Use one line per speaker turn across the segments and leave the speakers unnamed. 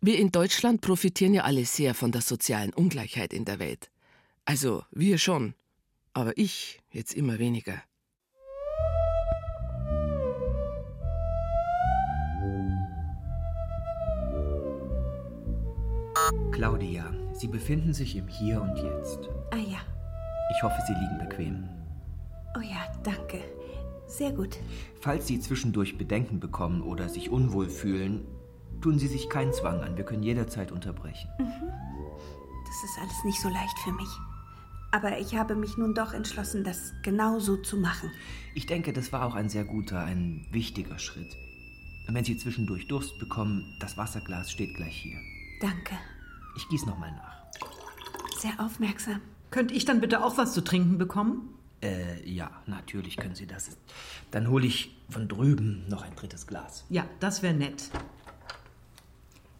wir in Deutschland profitieren ja alle sehr von der sozialen Ungleichheit in der Welt. Also wir schon, aber ich jetzt immer weniger.
Claudia, Sie befinden sich im Hier und Jetzt.
Ah ja,
Ich hoffe, Sie liegen bequem.
oh ja, danke. Sehr gut.
Falls Sie zwischendurch Bedenken bekommen oder sich unwohl fühlen, tun Sie sich keinen Zwang an. Wir können jederzeit unterbrechen.
Das ist alles nicht so leicht für mich. Aber ich habe mich nun doch entschlossen, das genau so zu machen.
Ich denke, das war auch ein sehr guter, ein wichtiger Schritt. Wenn Sie zwischendurch Durst bekommen, das Wasserglas steht gleich hier.
Danke.
Ich gieße nochmal nach.
Sehr aufmerksam.
Könnte ich dann bitte auch was zu trinken bekommen?
Äh, ja, natürlich können Sie das. Dann hole ich von drüben noch ein drittes Glas.
Ja, das wäre nett.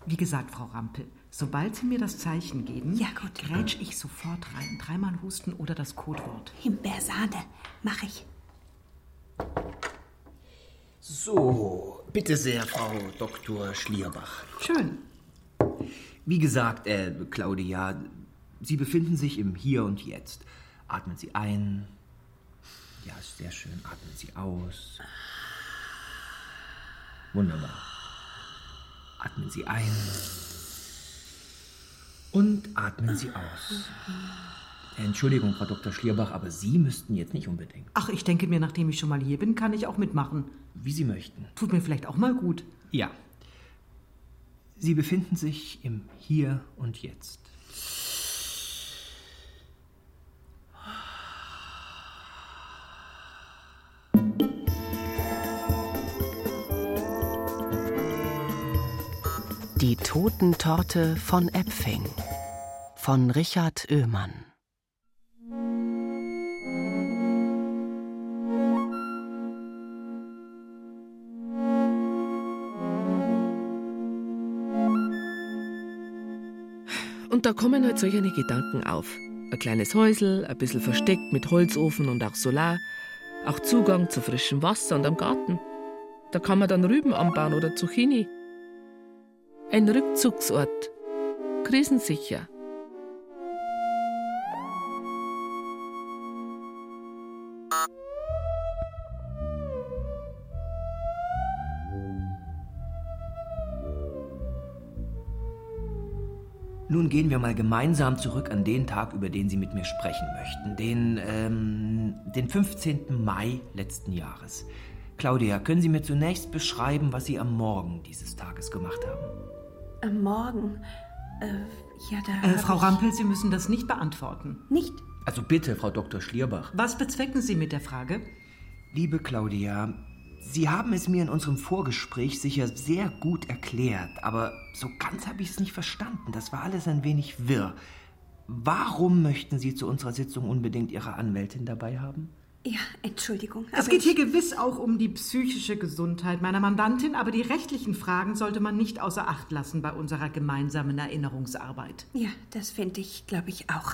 Wie gesagt, Frau Rampel, sobald Sie mir das Zeichen geben,
Ja, gut.
grätsch ich sofort rein. Dreimal husten oder das Codewort.
Himbeersahne mache ich.
So, bitte sehr, Frau Dr. Schlierbach.
Schön.
Wie gesagt, äh, Claudia, Sie befinden sich im Hier und Jetzt. Atmen Sie ein. Ja, ist sehr schön. Atmen Sie aus. Wunderbar. Atmen Sie ein. Und atmen Sie aus. Entschuldigung, Frau Dr. Schlierbach, aber Sie müssten jetzt nicht unbedingt.
Ach, ich denke mir, nachdem ich schon mal hier bin, kann ich auch mitmachen.
Wie Sie möchten.
Tut mir vielleicht auch mal gut.
Ja. Sie befinden sich im Hier und Jetzt.
Die Totentorte von Epfing von Richard Oehmann. Und da kommen halt solche Gedanken auf. Ein kleines Häusel, ein bisschen versteckt mit Holzofen und auch Solar, auch Zugang zu frischem Wasser und am Garten. Da kann man dann Rüben anbauen oder Zucchini. Ein Rückzugsort. Krisensicher.
Nun gehen wir mal gemeinsam zurück an den Tag, über den Sie mit mir sprechen möchten. Den, ähm, den 15. Mai letzten Jahres. Claudia, können Sie mir zunächst beschreiben, was Sie am Morgen dieses Tages gemacht haben?
Am Morgen. Äh, ja, da.
Äh,
hab
Frau
ich-
Rampel, Sie müssen das nicht beantworten.
Nicht.
Also bitte, Frau Dr. Schlierbach.
Was bezwecken Sie mit der Frage?
Liebe Claudia, Sie haben es mir in unserem Vorgespräch sicher sehr gut erklärt, aber so ganz habe ich es nicht verstanden. Das war alles ein wenig wirr. Warum möchten Sie zu unserer Sitzung unbedingt Ihre Anwältin dabei haben?
Ja, Entschuldigung.
Es
aber
geht hier
ich-
gewiss auch um die psychische Gesundheit meiner Mandantin, aber die rechtlichen Fragen sollte man nicht außer Acht lassen bei unserer gemeinsamen Erinnerungsarbeit.
Ja, das finde ich, glaube ich, auch.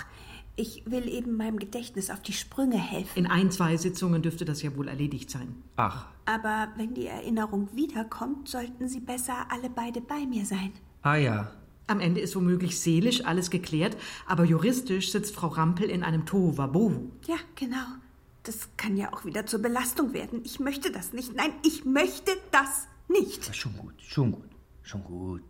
Ich will eben meinem Gedächtnis auf die Sprünge helfen.
In ein, zwei Sitzungen dürfte das ja wohl erledigt sein.
Ach,
Aber wenn die Erinnerung wiederkommt, sollten Sie besser alle beide bei mir sein.
ah ja,
Am Ende ist womöglich seelisch alles geklärt, aber juristisch sitzt Frau Rampel in einem Tohuwabohu.
Ja, genau. Das kann ja auch wieder zur Belastung werden. Ich möchte das nicht. Nein, ich möchte das nicht.
Schon gut, schon gut, schon gut.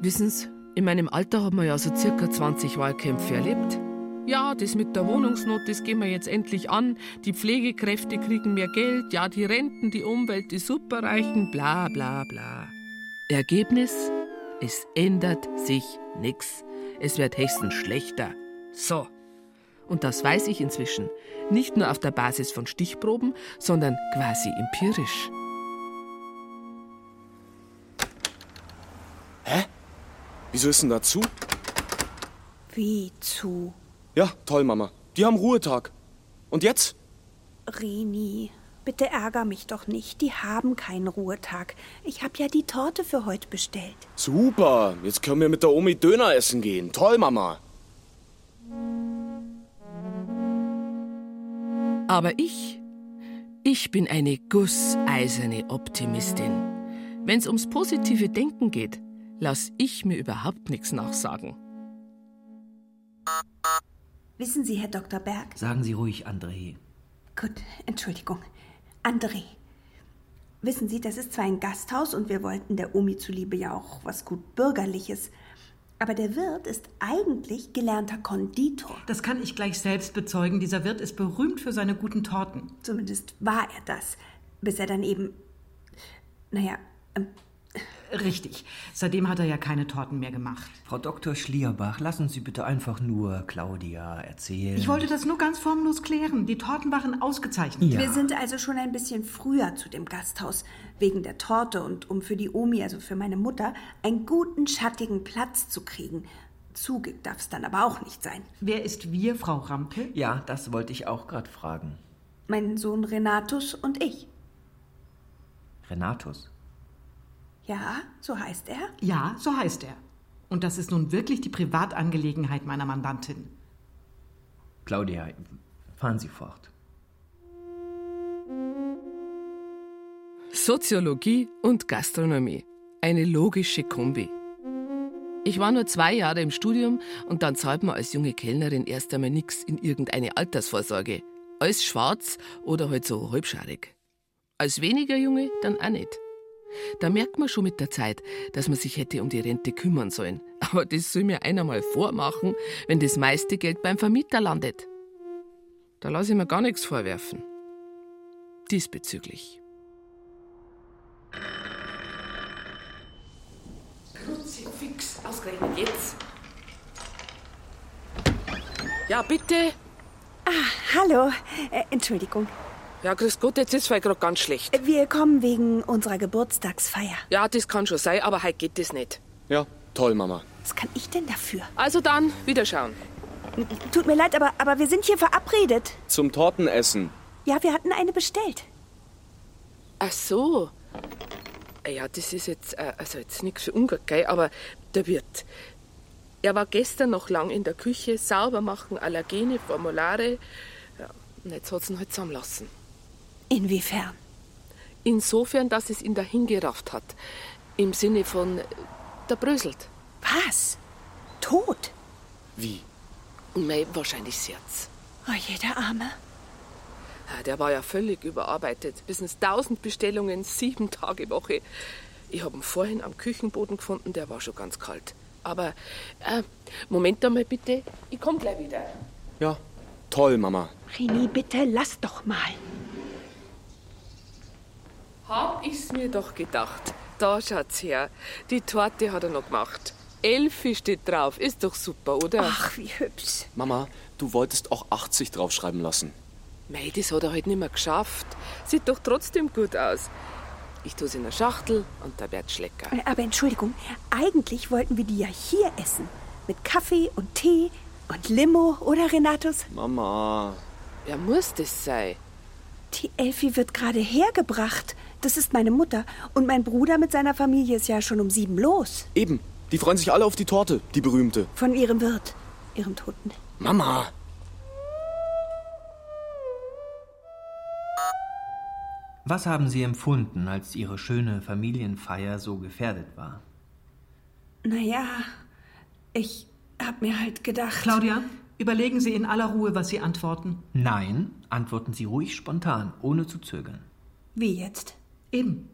Wissen Sie, in meinem Alter hat man ja so circa 20 Wahlkämpfe erlebt. Ja, das mit der Wohnungsnot, das gehen wir jetzt endlich an. Die Pflegekräfte kriegen mehr Geld. Ja, die Renten, die Umwelt, die Superreichen, bla bla bla. Ergebnis? Es ändert sich nichts. Es wird höchstens schlechter. So. Und das weiß ich inzwischen. Nicht nur auf der Basis von Stichproben, sondern quasi empirisch.
Wieso ist denn da zu?
Wie zu?
Ja, toll, Mama. Die haben Ruhetag. Und jetzt?
Rini, bitte ärger mich doch nicht. Die haben keinen Ruhetag. Ich habe ja die Torte für heute bestellt.
Super. Jetzt können wir mit der Omi Döner essen gehen. Toll, Mama.
Aber ich, ich bin eine gusseiserne Optimistin. Wenn es ums positive Denken geht, lass ich mir überhaupt nichts nachsagen.
Wissen Sie, Herr Dr. Berg?
Sagen Sie ruhig, André.
Gut, Entschuldigung. André. Wissen Sie, das ist zwar ein Gasthaus und wir wollten der Omi zuliebe ja auch was gut Bürgerliches. Aber der Wirt ist eigentlich gelernter Konditor.
Das kann ich gleich selbst bezeugen. Dieser Wirt ist berühmt für seine guten Torten.
Zumindest war er das. Bis er dann eben. Naja, ähm,
Richtig. Seitdem hat er ja keine Torten mehr gemacht.
Frau Dr. Schlierbach, lassen Sie bitte einfach nur Claudia erzählen.
Ich wollte das nur ganz formlos klären. Die Torten waren ausgezeichnet.
wir sind also schon ein bisschen früher zu dem Gasthaus. Wegen der Torte und um für die Omi, also für meine Mutter, einen guten, schattigen Platz zu kriegen. Zugig darf es dann aber auch nicht sein.
Wer ist wir, Frau Rampe?
Ja, das wollte ich auch gerade fragen.
Mein Sohn Renatus und ich.
Renatus.
Ja, so heißt er.
Ja, so heißt er. Und das ist nun wirklich die Privatangelegenheit meiner Mandantin.
Claudia, fahren Sie fort.
Soziologie und Gastronomie. Eine logische Kombi. Ich war nur zwei Jahre im Studium und dann zahlt man als junge Kellnerin erst einmal nix in irgendeine Altersvorsorge. Alles schwarz oder halt so halbscharig. Als weniger Junge dann auch nicht. Da merkt man schon mit der Zeit, dass man sich hätte um die Rente kümmern sollen. Aber das soll mir einer mal vormachen, wenn das meiste Geld beim Vermieter landet. Da lasse ich mir gar nichts vorwerfen. Diesbezüglich. Kruzifix, ausgerechnet jetzt. Ja, bitte.
Hallo, äh, Entschuldigung.
Ja, grüß Gott, jetzt ist es gerade ganz schlecht.
Wir kommen wegen unserer Geburtstagsfeier.
Ja, das kann schon sein, aber heute geht das nicht.
Ja, toll, Mama.
Was kann ich denn dafür?
Also dann, wiederschauen.
Tut mir leid, aber, aber wir sind hier verabredet.
Zum Tortenessen.
Ja, wir hatten eine bestellt.
Ach so. Ja, das ist jetzt, äh, also jetzt nichts für Ungarn, gell, aber der Wirt. Er war gestern noch lang in der Küche, sauber machen, Allergene, Formulare. Ja, und jetzt hat es ihn halt zusammenlassen.
Inwiefern?
Insofern, dass es ihn dahin gerafft hat. Im Sinne von, äh, der bröselt.
Was? Tot?
Wie?
Mei, wahrscheinlich das Herz.
Oh, jeder Arme.
Ja, Ah, Der war ja völlig überarbeitet. Bis ins 1000 Bestellungen, sieben Tage Woche. Ich habe ihn vorhin am Küchenboden gefunden, der war schon ganz kalt. Aber, äh, Moment einmal bitte, ich komme gleich wieder.
Ja, toll, Mama.
Rini, bitte lass doch mal.
Hab ich's mir doch gedacht. Da schaut's her. Die Torte hat er noch gemacht. Elfi steht drauf, ist doch super, oder?
Ach, wie hübsch.
Mama, du wolltest auch 80 draufschreiben lassen.
Mei, das hat er halt nicht mehr geschafft. Sieht doch trotzdem gut aus. Ich tu's in eine Schachtel und da wird's lecker.
Äh, Aber Entschuldigung, eigentlich wollten wir die ja hier essen. Mit Kaffee und Tee und Limo, oder Renatus?
Mama.
Ja, muss das sein?
Die Elfi wird gerade hergebracht. Das ist meine Mutter. Und mein Bruder mit seiner Familie ist ja schon um sieben los.
Eben. Die freuen sich alle auf die Torte, die berühmte.
Von ihrem Wirt, ihrem Toten.
Mama.
Was haben Sie empfunden, als Ihre schöne Familienfeier so gefährdet war?
Naja, ich hab mir halt gedacht.
Claudia, überlegen Sie in aller Ruhe, was Sie antworten.
Nein, antworten Sie ruhig spontan, ohne zu zögern.
Wie jetzt?
Eben.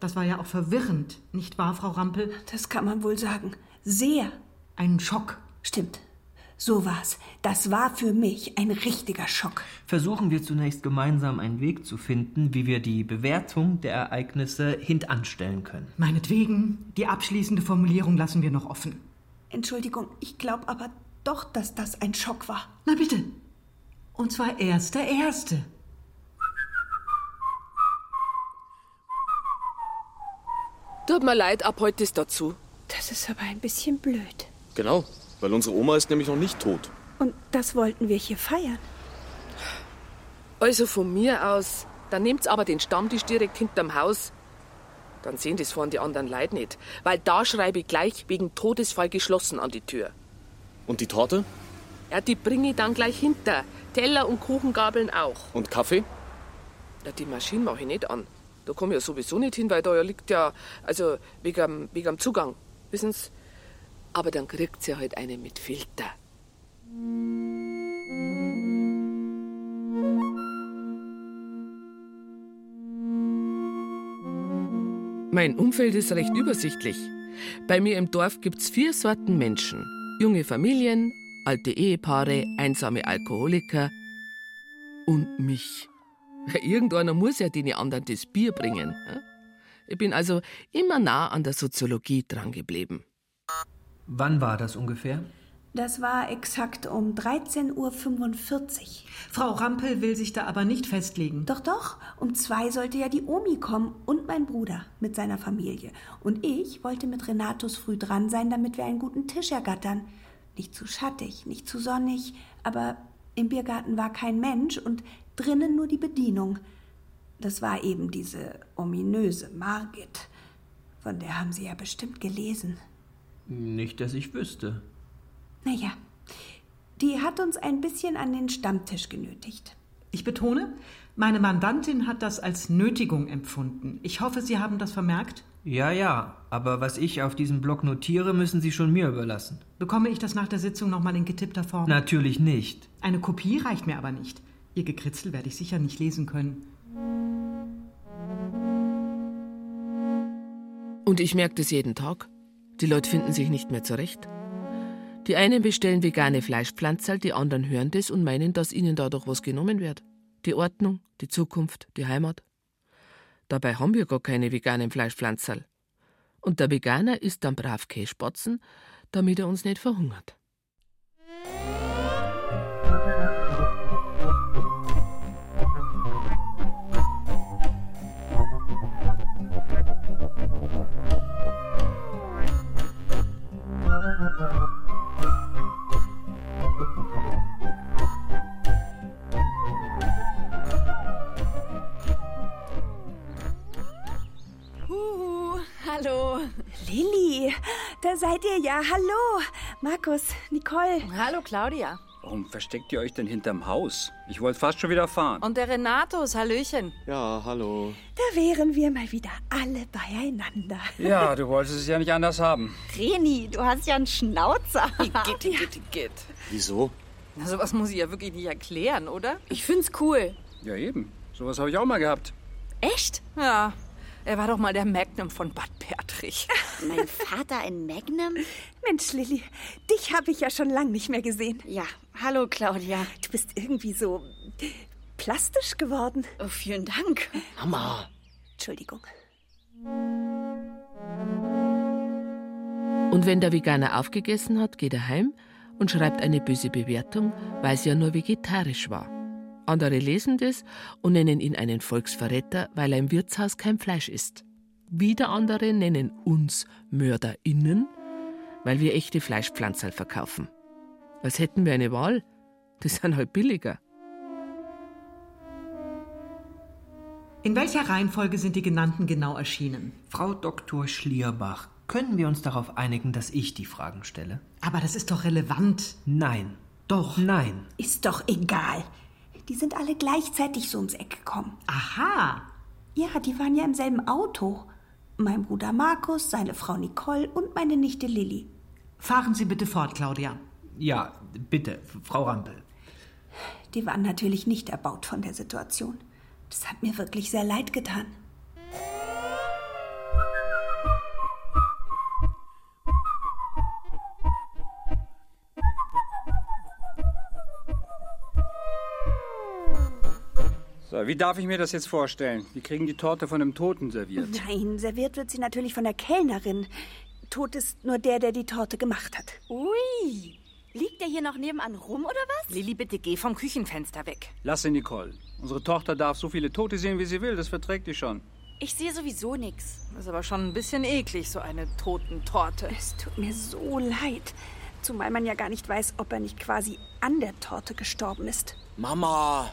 Das war ja auch verwirrend, nicht wahr, Frau Rampel?
Das kann man wohl sagen. Sehr.
Ein Schock.
Stimmt. So war's. Das war für mich ein richtiger Schock.
Versuchen wir zunächst gemeinsam einen Weg zu finden, wie wir die Bewertung der Ereignisse hintanstellen können.
Meinetwegen, die abschließende Formulierung lassen wir noch offen.
Entschuldigung, ich glaube aber doch, dass das ein Schock war.
Na bitte. Und zwar erster Erste.
Tut mir leid, ab heute ist dazu.
Das ist aber ein bisschen blöd.
Genau, weil unsere Oma ist nämlich noch nicht tot.
Und das wollten wir hier feiern.
Also von mir aus, dann nehmt's aber den Stammtisch direkt hinterm Haus. Dann sehen das vorn die anderen Leute nicht, weil da schreibe ich gleich wegen Todesfall geschlossen an die Tür.
Und die Torte?
Ja, die bringe ich dann gleich hinter. Teller und Kuchengabeln auch.
Und Kaffee?
Ja, die Maschine mache ich nicht an. Da komme ich ja sowieso nicht hin, weil da ja liegt ja, also wegen, am- wegen am Zugang, wissen's. Aber dann kriegt sie halt eine mit Filter. Mein Umfeld ist recht übersichtlich. Bei mir im Dorf gibt's vier Sorten Menschen. Junge Familien, alte Ehepaare, einsame Alkoholiker und mich. Irgendeiner muss ja den anderen das Bier bringen. hä? Ich bin also immer nah an der Soziologie dran geblieben.
Wann war das ungefähr?
Das war exakt um 13.45 Uhr.
Frau Rampel will sich da aber nicht festlegen.
Doch, doch, um zwei sollte ja die Omi kommen und mein Bruder mit seiner Familie. Und ich wollte mit Renatus früh dran sein, damit wir einen guten Tisch ergattern. Nicht zu schattig, nicht zu sonnig, aber im Biergarten war kein Mensch und drinnen nur die Bedienung. Das war eben diese ominöse Margit. Von der haben Sie ja bestimmt gelesen.
Nicht, dass ich wüsste.
Naja, die hat uns ein bisschen an den Stammtisch genötigt.
Ich betone, meine Mandantin hat das als Nötigung empfunden. Ich hoffe, Sie haben das vermerkt.
Ja, ja, aber was ich auf diesem Blog notiere, müssen Sie schon mir überlassen.
Bekomme ich das nach der Sitzung nochmal in getippter Form?
Natürlich nicht.
Eine Kopie reicht mir aber nicht. Ihr Gekritzel werde ich sicher nicht lesen können.
Und ich merke das jeden Tag. Die Leute finden sich nicht mehr zurecht. Die einen bestellen vegane Fleischpflanzerl, die anderen hören das und meinen, dass ihnen dadurch was genommen wird. Die Ordnung, die Zukunft, die Heimat. Dabei haben wir gar keine veganen Fleischpflanzerl. Und der Veganer isst dann brav Käsespatzen, damit er uns nicht verhungert.
Huhu, hallo.
Uh, Lilly, da seid ihr ja. Hallo, Markus, Nicole.
Hallo, Claudia.
Warum versteckt ihr euch denn hinterm Haus? Ich wollte fast schon wieder fahren.
Und der Renatus, Hallöchen.
Ja, hallo.
Da wären wir mal wieder alle beieinander.
Ja, du wolltest es ja nicht anders haben.
Vreni, du hast ja einen Schnauzer.
Geht, geht, geht.
Wieso?
Na, sowas muss ich ja wirklich nicht erklären, oder?
Ich find's cool.
Ja, eben. Sowas habe ich auch mal gehabt.
Echt?
Ja. Er war doch mal der Magnum von Bad Bertrich.
Mein Vater ein Magnum?
Mensch, Lilly, dich habe ich ja schon lang nicht mehr gesehen.
Ja, hallo Claudia.
Du bist irgendwie so plastisch geworden.
Oh, vielen Dank.
Entschuldigung.
Und wenn der Veganer aufgegessen hat, geht er heim und schreibt eine böse Bewertung, weil es ja nur vegetarisch war. Andere lesen das und nennen ihn einen Volksverräter, weil er im Wirtshaus kein Fleisch isst. Wieder andere nennen uns MörderInnen, weil wir echte Fleischpflanzerl verkaufen. Als hätten wir eine Wahl. Die sind halt billiger.
In welcher Reihenfolge sind die genannten genau erschienen?
Frau Dr. Schlierbach, können wir uns darauf einigen, dass ich die Fragen stelle?
Aber das ist doch relevant.
Nein.
Doch.
Nein.
Ist doch egal. Die sind alle gleichzeitig so ums Eck gekommen.
Aha.
Ja, die waren ja im selben Auto. Mein Bruder Markus, seine Frau Nicole und meine Nichte Lilly.
Fahren Sie bitte fort, Claudia.
Ja, bitte, Frau Rampel.
Die waren natürlich nicht erbaut von der Situation. Das hat mir wirklich sehr leid getan.
So, wie darf ich mir das jetzt vorstellen? Die kriegen die Torte von einem Toten serviert.
Nein, serviert wird sie natürlich von der Kellnerin. Tot ist nur der, der die Torte gemacht hat.
Ui. Liegt der hier noch nebenan rum oder was?
Lilly, bitte geh vom Küchenfenster weg.
Lass sie, Nicole. Unsere Tochter darf so viele Tote sehen, wie sie will. Das verträgt die schon.
Ich sehe sowieso nichts.
Ist aber schon ein bisschen eklig, so eine Totentorte.
Es tut mir so leid. Zumal man ja gar nicht weiß, ob er nicht quasi an der Torte gestorben ist.
Mama!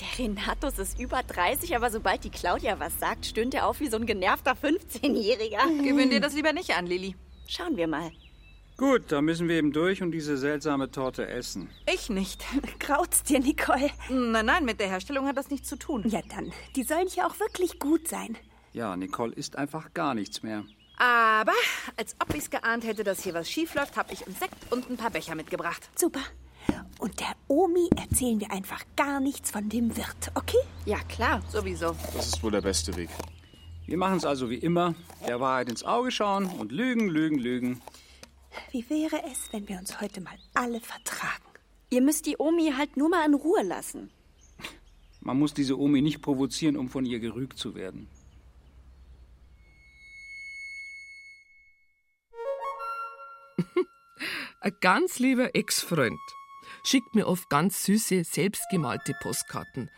Der Renatus ist über 30, aber sobald die Claudia was sagt, stöhnt er auf wie so ein genervter 15-Jähriger.
Gewöhn dir das lieber nicht an, Lilly.
Schauen wir mal.
Gut, da müssen wir eben durch und diese seltsame Torte essen.
Ich nicht.
Graut's dir, Nicole?
Nein, nein, mit der Herstellung hat das nichts zu tun.
Ja dann, die sollen ja auch wirklich gut sein.
Ja, Nicole isst einfach gar nichts mehr.
Aber als ob ich's geahnt hätte, dass hier was schief läuft, habe ich einen Sekt und ein paar Becher mitgebracht.
Super. Und der Omi erzählen wir einfach gar nichts von dem Wirt, okay?
Ja, klar.
Sowieso.
Das ist wohl der beste Weg.
Wir machen es also wie immer: der Wahrheit ins Auge schauen und lügen, lügen, lügen.
Wie wäre es, wenn wir uns heute mal alle vertragen?
Ihr müsst die Omi halt nur mal in Ruhe lassen.
Man muss diese Omi nicht provozieren, um von ihr gerügt zu werden.
Ein ganz lieber Ex-Freund schickt mir oft ganz süße, selbstgemalte Postkarten.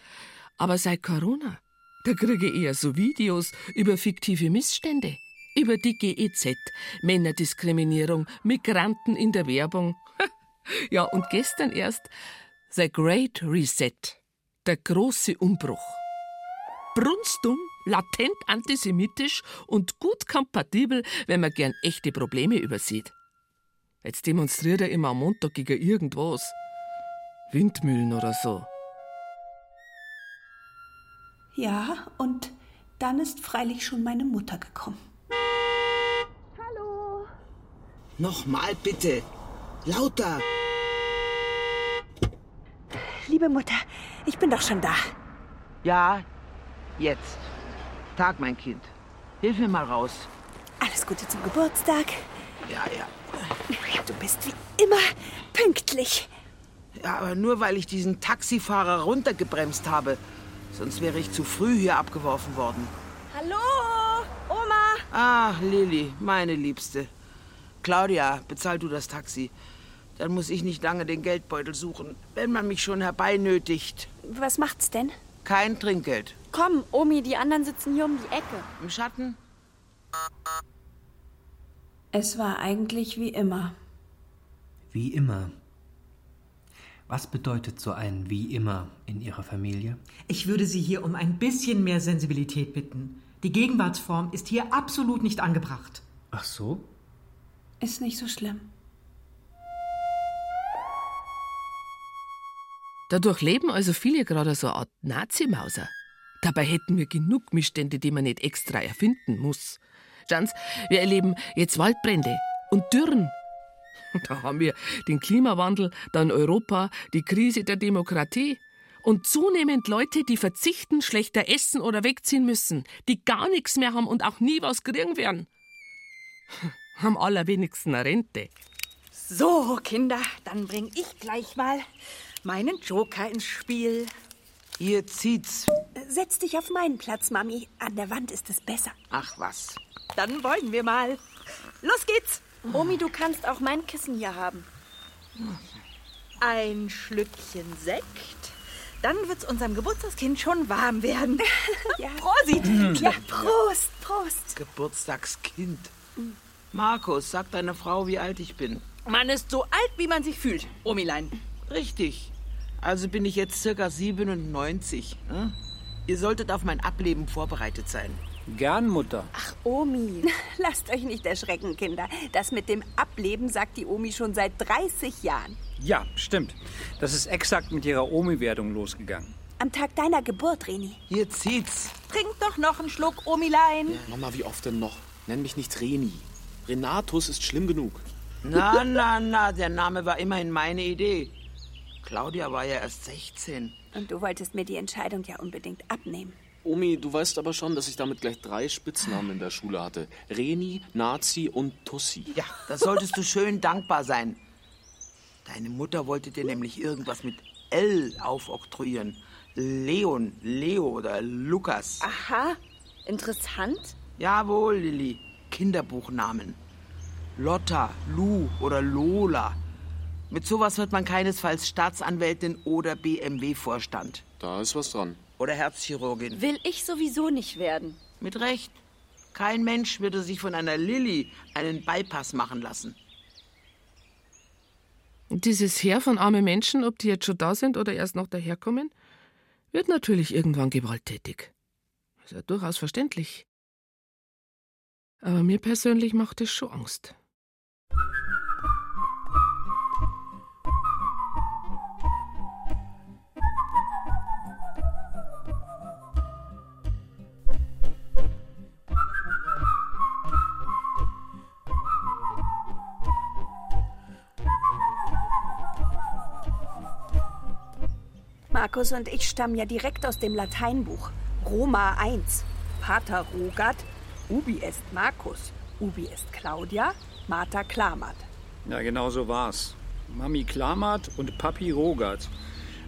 Aber seit Corona, da kriege ich eher so Videos über fiktive Missstände, über die GEZ, Männerdiskriminierung, Migranten in der Werbung. ja, und gestern erst The Great Reset, der große Umbruch. Brunstdumm, latent antisemitisch und gut kompatibel, wenn man gern echte Probleme übersieht. Jetzt demonstriert er immer am Montag gegen irgendwas. Windmühlen oder so.
Ja, und dann ist freilich schon meine Mutter gekommen.
Nochmal bitte. Lauter.
Liebe Mutter, ich bin doch schon da.
Ja, jetzt. Tag, mein Kind. Hilf mir mal raus.
Alles Gute zum Geburtstag.
Ja, ja.
Du bist wie immer pünktlich.
Ja, aber nur weil ich diesen Taxifahrer runtergebremst habe. Sonst wäre ich zu früh hier abgeworfen worden.
Hallo, Oma.
Ach, Lilly, meine Liebste. Claudia, bezahl du das Taxi. Dann muss ich nicht lange den Geldbeutel suchen, wenn man mich schon herbeinötigt.
Was macht's denn?
Kein Trinkgeld.
Komm, Omi, die anderen sitzen hier um die Ecke.
Im Schatten?
Es war eigentlich wie immer.
Wie immer. Was bedeutet so ein wie immer in Ihrer Familie?
Ich würde Sie hier um ein bisschen mehr Sensibilität bitten. Die Gegenwartsform ist hier absolut nicht angebracht.
Ach so?
Ist nicht so schlimm.
Dadurch leben also viele gerade so eine Art Nazimauser. Dabei hätten wir genug Missstände, die man nicht extra erfinden muss. Schanz, wir erleben jetzt Waldbrände und Dürren. Da haben wir den Klimawandel, dann Europa, die Krise der Demokratie und zunehmend Leute, die verzichten, schlechter essen oder wegziehen müssen, die gar nichts mehr haben und auch nie was kriegen werden. Am allerwenigsten eine Rente.
So, Kinder, dann bring ich gleich mal meinen Joker ins Oh, Spiel.
Ihr zieht's.
Setz dich auf meinen Platz, Mami. An der Wand ist es besser.
Ach was.
Dann wollen wir mal. Los geht's.
Omi, du kannst auch mein Kissen hier haben.
Ein Schlückchen Sekt. Dann wird's unserem Geburtstagskind schon warm werden.
Ja.
Prosit.
Ja, Prost, Prost.
Geburtstagskind. Markus, sag deiner Frau, wie alt ich bin.
Man ist so alt, wie man sich fühlt, Omilein.
Richtig. Also bin ich jetzt circa 97. Hm? Ihr solltet auf mein Ableben vorbereitet sein.
Gern, Mutter.
Omi.
Lasst euch nicht erschrecken, Kinder. Das mit dem Ableben sagt die Omi schon seit 30 Jahren.
Ja, stimmt. Das ist exakt mit ihrer Omi-Wertung losgegangen.
Am Tag deiner Geburt, Reni.
Ihr zieht's.
Trink doch noch einen Schluck, Omilein.
Mama, wie oft denn noch? Nenn mich nicht Reni. Renatus ist schlimm genug.
Na, na, na, der Name war immerhin meine Idee. Claudia war ja erst 16.
Und du wolltest mir die Entscheidung ja unbedingt abnehmen.
Omi, du weißt aber schon, dass ich damit gleich drei Spitznamen in der Schule hatte. Reni, Nazi und Tussi.
Ja, da solltest du schön dankbar sein. Deine Mutter wollte dir nämlich irgendwas mit L aufoktroyieren. Leon, Leo oder Lukas.
Aha, interessant.
Jawohl, Lilly. Kinderbuchnamen. Lotta, Lu oder Lola. Mit sowas wird man keinesfalls Staatsanwältin oder BMW-Vorstand.
Da ist was dran.
Oder Herzchirurgin.
Will ich sowieso nicht werden.
Mit Recht. Kein Mensch würde sich von einer Lilly einen Bypass machen lassen.
Und dieses Heer von armen Menschen, ob die jetzt schon da sind oder erst noch daherkommen, wird natürlich irgendwann gewalttätig. Ist ja durchaus verständlich. Aber mir persönlich macht es schon Angst.
Markus und ich stammen ja direkt aus dem Lateinbuch. Roma 1. Pater rogat, ubi est Markus, ubi est Claudia, Martha clamat.
Ja, genau so war's. Mami Klamat und Papi Rogat.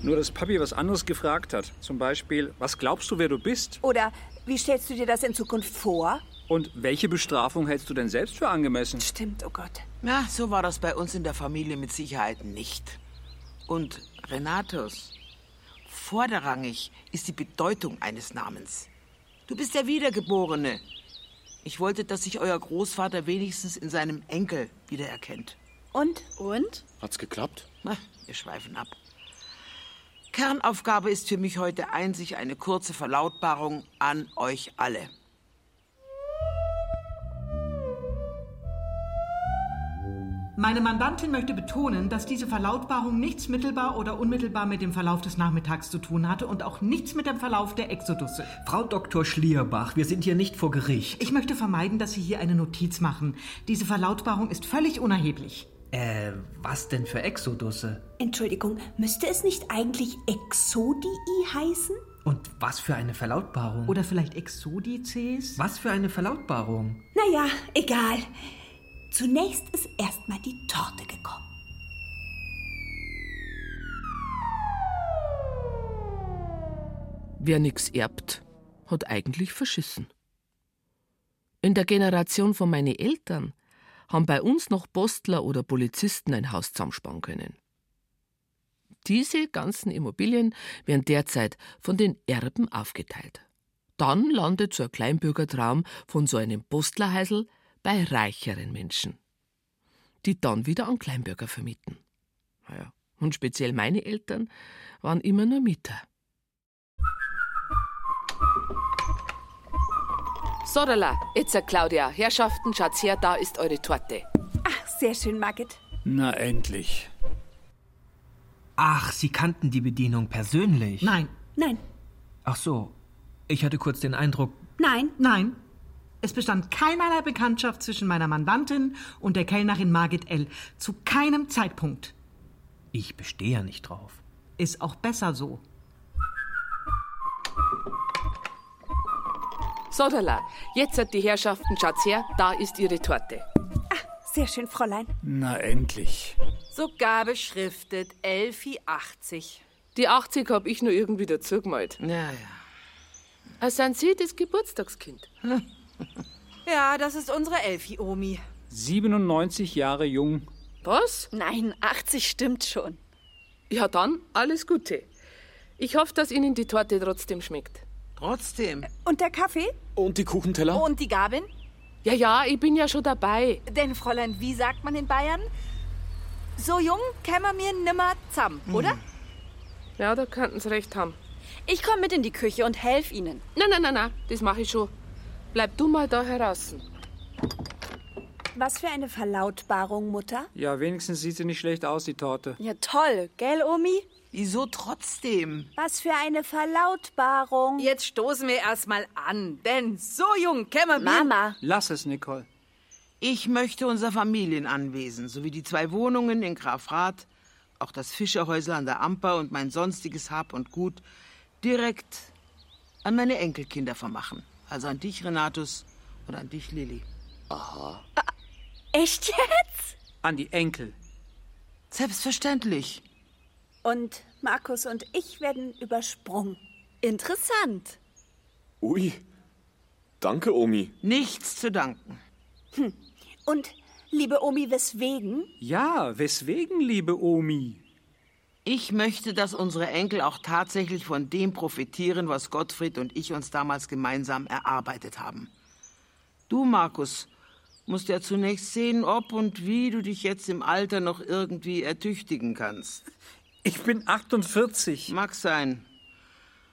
Nur, dass Papi was anderes gefragt hat. Zum Beispiel, was glaubst du, wer du bist?
Oder wie stellst du dir das in Zukunft vor?
Und welche Bestrafung hältst du denn selbst für angemessen?
Stimmt, oh Gott.
Na, so war das bei uns in der Familie mit Sicherheit nicht. Und Renatus, vorderrangig ist die Bedeutung eines Namens. Du bist der Wiedergeborene. Ich wollte, dass sich euer Großvater wenigstens in seinem Enkel wiedererkennt.
Und? Und?
Hat's geklappt?
Na, wir schweifen ab. Kernaufgabe ist für mich heute einzig eine kurze Verlautbarung an euch alle.
Meine Mandantin möchte betonen, dass diese Verlautbarung nichts mittelbar oder unmittelbar mit dem Verlauf des Nachmittags zu tun hatte und auch nichts mit dem Verlauf der Exodusse.
Frau Dr. Schlierbach, wir sind hier nicht vor Gericht.
Ich möchte vermeiden, dass Sie hier eine Notiz machen. Diese Verlautbarung ist völlig unerheblich.
Äh, was denn für Exodusse?
Entschuldigung, müsste es nicht eigentlich Exodii heißen?
Und was für eine Verlautbarung?
Oder vielleicht Exodices?
Was für eine Verlautbarung?
Naja, egal. Zunächst ist erstmal die Torte gekommen.
Wer nix erbt, hat eigentlich verschissen. In der Generation von meinen Eltern haben bei uns noch Postler oder Polizisten ein Haus zusammenspannen können. Diese ganzen Immobilien werden derzeit von den Erben aufgeteilt. Dann landet so ein Kleinbürgertraum von so einem Postlerheisel bei reicheren Menschen, die dann wieder an Kleinbürger vermieten. Naja, und speziell meine Eltern waren immer nur Mieter.
Sorala, jetzt äh, Claudia, Herrschaften, schaut's her, da ist eure Torte.
Ach, Ah, sehr schön, Margit.
Na endlich.
Ach, Sie kannten die Bedienung persönlich?
Nein.
Nein.
Ach so, ich hatte kurz den Eindruck.
Nein.
Nein, es bestand keinerlei Bekanntschaft zwischen meiner Mandantin und der Kellnerin Margit L. Zu keinem Zeitpunkt.
Ich bestehe ja nicht drauf.
Ist auch besser so.
Sodala, jetzt hat die Herrschaften, schaut's her, da ist ihre Torte.
Ah, sehr schön, Fräulein.
Na endlich.
Sogar beschriftet, Elfi 80.
Die 80 hab ich nur irgendwie dazu gemalt.
Naja.
Ah, sind Sie das Geburtstagskind? Hm.
Ja, das ist unsere Elfi-Omi.
97 Jahre jung.
Was?
Nein, 80 stimmt schon.
Ja, dann alles Gute. Ich hoffe, dass Ihnen die Torte trotzdem schmeckt.
Trotzdem.
Und der Kaffee?
Und die Kuchenteller?
Und die Gabeln?
Ja, ja, ich bin ja schon dabei.
Denn, Fräulein, wie sagt man in Bayern? So jung kämmer mir nimmer zamm, mhm. oder?
Ja, da könnten Sie recht haben.
Ich komme mit in die Küche und helf Ihnen.
Nein, nein, nein, nein, das mache ich schon. Bleib du mal da heraus.
Was für eine Verlautbarung, Mutter?
Ja, wenigstens sieht sie nicht schlecht aus, die Torte.
Ja, toll, gell, Omi?
Wieso trotzdem?
Was für eine Verlautbarung.
Jetzt stoßen wir erst mal an, denn so jung käme
Mama.
Lass es, Nicole.
Ich möchte unser Familienanwesen sowie die zwei Wohnungen in Grafrath, auch das Fischerhäusel an der Amper und mein sonstiges Hab und Gut direkt an meine Enkelkinder vermachen. Also an dich, Renatus, und an dich, Lilly.
Aha.
Äh, Echt jetzt?
An die Enkel.
Selbstverständlich.
Und Markus und ich werden übersprungen.
Interessant.
Ui. Danke, Omi.
Nichts zu danken.
Hm. Und, liebe Omi, weswegen?
Ja, weswegen, liebe Omi?
Ich möchte, dass unsere Enkel auch tatsächlich von dem profitieren, was Gottfried und ich uns damals gemeinsam erarbeitet haben. Du, Markus, musst ja zunächst sehen, ob und wie du dich jetzt im Alter noch irgendwie ertüchtigen kannst.
Ich bin 48.
Mag sein.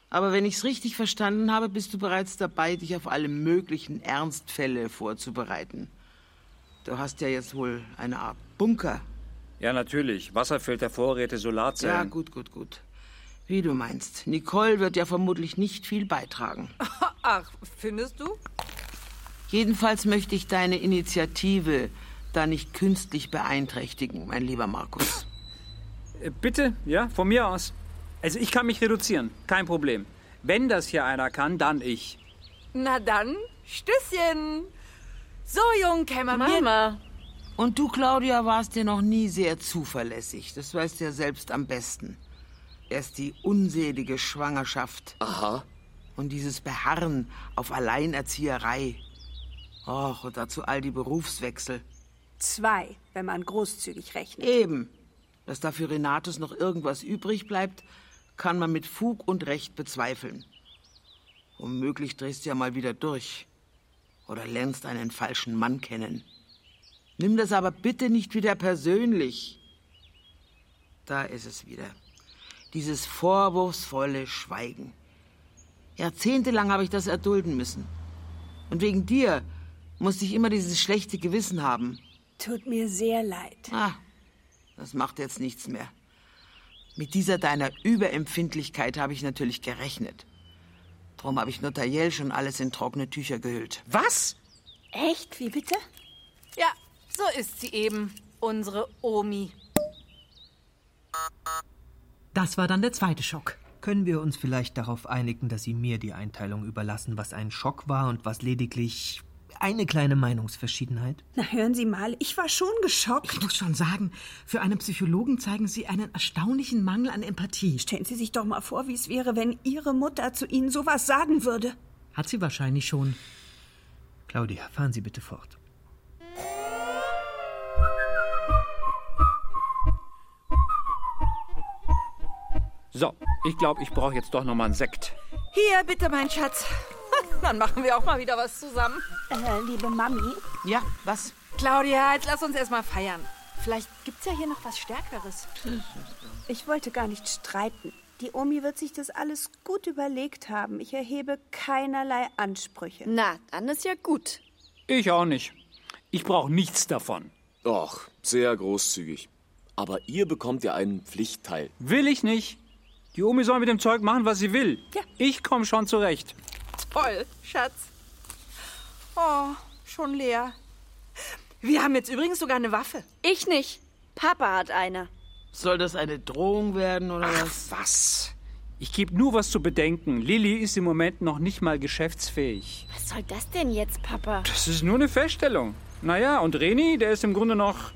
Aber wenn ich's richtig verstanden habe, bist du bereits dabei, dich auf alle möglichen Ernstfälle vorzubereiten. Du hast ja jetzt wohl eine Art Bunker.
Ja, natürlich. Wasserfilter, Vorräte, Solarzellen.
Ja, gut, gut, gut. Wie du meinst. Nicole wird ja vermutlich nicht viel beitragen.
Ach, findest du?
Jedenfalls möchte ich deine Initiative da nicht künstlich beeinträchtigen, mein lieber Markus.
Äh, Bitte, ja, von mir aus. Also ich kann mich reduzieren, kein Problem. Wenn das hier einer kann, dann ich.
Na dann, Stößchen. So jung käme man.
Mama. Und du, Claudia, warst ja noch nie sehr zuverlässig. Das weißt du ja selbst am besten. Erst die unselige Schwangerschaft.
Aha.
Und dieses Beharren auf Alleinerzieherei. Och, und dazu all die Berufswechsel.
Zwei, wenn man großzügig rechnet.
Eben. Dass dafür Renatus noch irgendwas übrig bleibt, kann man mit Fug und Recht bezweifeln. Womöglich drehst du ja mal wieder durch. Oder lernst einen falschen Mann kennen. Nimm das aber bitte nicht wieder persönlich. Da ist es wieder. Dieses vorwurfsvolle Schweigen. Jahrzehntelang habe ich das erdulden müssen. Und wegen dir musste ich immer dieses schlechte Gewissen haben.
Tut mir sehr leid.
Ah, das macht jetzt nichts mehr. Mit dieser deiner Überempfindlichkeit habe ich natürlich gerechnet. Drum habe ich notariell schon alles in trockene Tücher gehüllt.
Was?
Echt? Wie bitte?
Ja, so ist sie eben, unsere Omi.
Das war dann der zweite Schock.
Können wir uns vielleicht darauf einigen, dass Sie mir die Einteilung überlassen, was ein Schock war und was lediglich eine kleine Meinungsverschiedenheit?
Na, hören Sie mal, ich war schon geschockt.
Ich muss schon sagen, für einen Psychologen zeigen Sie einen erstaunlichen Mangel an Empathie.
Stellen Sie sich doch mal vor, wie es wäre, wenn Ihre Mutter zu Ihnen sowas sagen würde.
Hat sie wahrscheinlich schon.
Claudia, fahren Sie bitte fort.
So, ich glaube, ich brauche jetzt doch noch mal einen Sekt.
Hier, bitte, mein Schatz. Dann machen wir auch mal wieder was zusammen.
Äh, liebe Mami,
Ja, was?
Claudia, jetzt lass uns erstmal feiern. Vielleicht gibt's ja hier noch was Stärkeres.
ich wollte gar nicht streiten. Die Omi wird sich das alles gut überlegt haben. Ich erhebe keinerlei Ansprüche.
Na, dann ist ja gut.
Ich auch nicht. Ich brauche nichts davon.
Och, sehr großzügig. Aber ihr bekommt ja einen Pflichtteil.
Will ich nicht. Die Omi soll mit dem Zeug machen, was sie will.
Ja.
Ich komme schon zurecht.
Toll, Schatz. Oh, schon leer. Wir haben jetzt übrigens sogar eine Waffe.
Ich nicht. Papa hat eine.
Soll das eine Drohung werden oder was?
Was? Ich gebe nur was zu bedenken. Lilly ist im Moment noch nicht mal geschäftsfähig.
Was soll das denn jetzt, Papa?
Das ist nur eine Feststellung. Naja, und Reni, der ist im Grunde noch,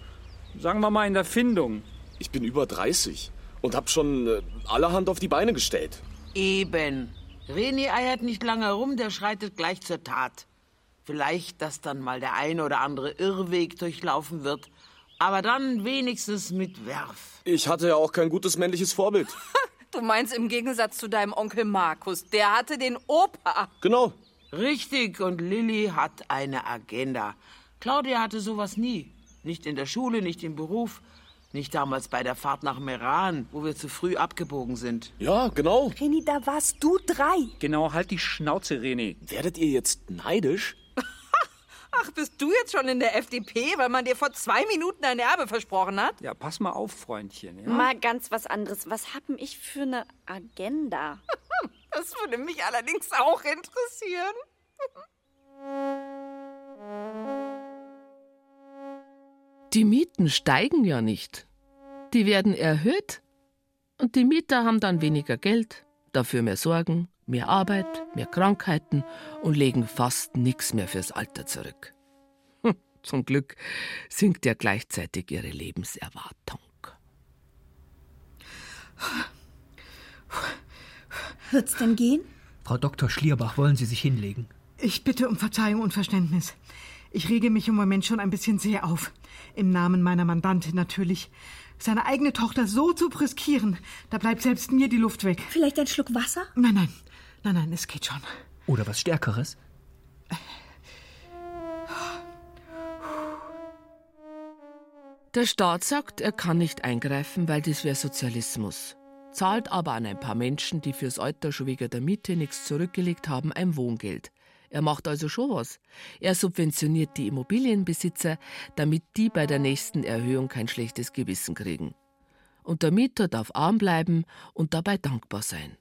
sagen wir mal, in der Findung.
Ich bin über 30 und hab schon äh, allerhand auf die Beine gestellt.
Eben. René eiert nicht lange rum, der schreitet gleich zur Tat. Vielleicht, dass dann mal der ein oder andere Irrweg durchlaufen wird, aber dann wenigstens mit Werf.
Ich hatte ja auch kein gutes männliches Vorbild.
Du meinst im Gegensatz zu deinem Onkel Markus, der hatte den Opa.
Genau.
Richtig, und Lilly hat eine Agenda. Claudia hatte sowas nie. Nicht in der Schule, nicht im Beruf, nicht damals bei der Fahrt nach Meran, wo wir zu früh abgebogen sind.
Ja, genau.
Reni, da warst du drei.
Genau, halt die Schnauze, René.
Werdet ihr jetzt neidisch?
Ach, bist du jetzt schon in der FDP, weil man dir vor zwei Minuten ein Erbe versprochen hat?
Ja, pass mal auf, Freundchen. Ja?
Mal ganz was anderes. Was haben ich für eine Agenda?
Das würde mich allerdings auch interessieren.
Die Mieten steigen ja nicht. Die werden erhöht und die Mieter haben dann weniger Geld, dafür mehr Sorgen, mehr Arbeit, mehr Krankheiten und legen fast nichts mehr fürs Alter zurück. Hm, Zum Glück sinkt ja gleichzeitig ihre Lebenserwartung.
Wird's denn gehen?
Frau Dr. Schlierbach, wollen Sie sich hinlegen?
Ich bitte um Verzeihung und Verständnis. Ich rege mich im Moment schon ein bisschen sehr auf. Im Namen meiner Mandantin natürlich. Seine eigene Tochter so zu riskieren, da bleibt selbst mir die Luft weg.
Vielleicht ein Schluck Wasser?
Nein, nein. Nein, nein, es geht schon.
Oder was Stärkeres?
Der Staat sagt, er kann nicht eingreifen, weil das wäre Sozialismus. Zahlt aber an ein paar Menschen, die fürs Alter schon wegen der Miete nichts zurückgelegt haben, ein Wohngeld. Er macht also schon was. Er subventioniert die Immobilienbesitzer, damit die bei der nächsten Erhöhung kein schlechtes Gewissen kriegen. Und der Mieter darf arm bleiben und dabei dankbar sein.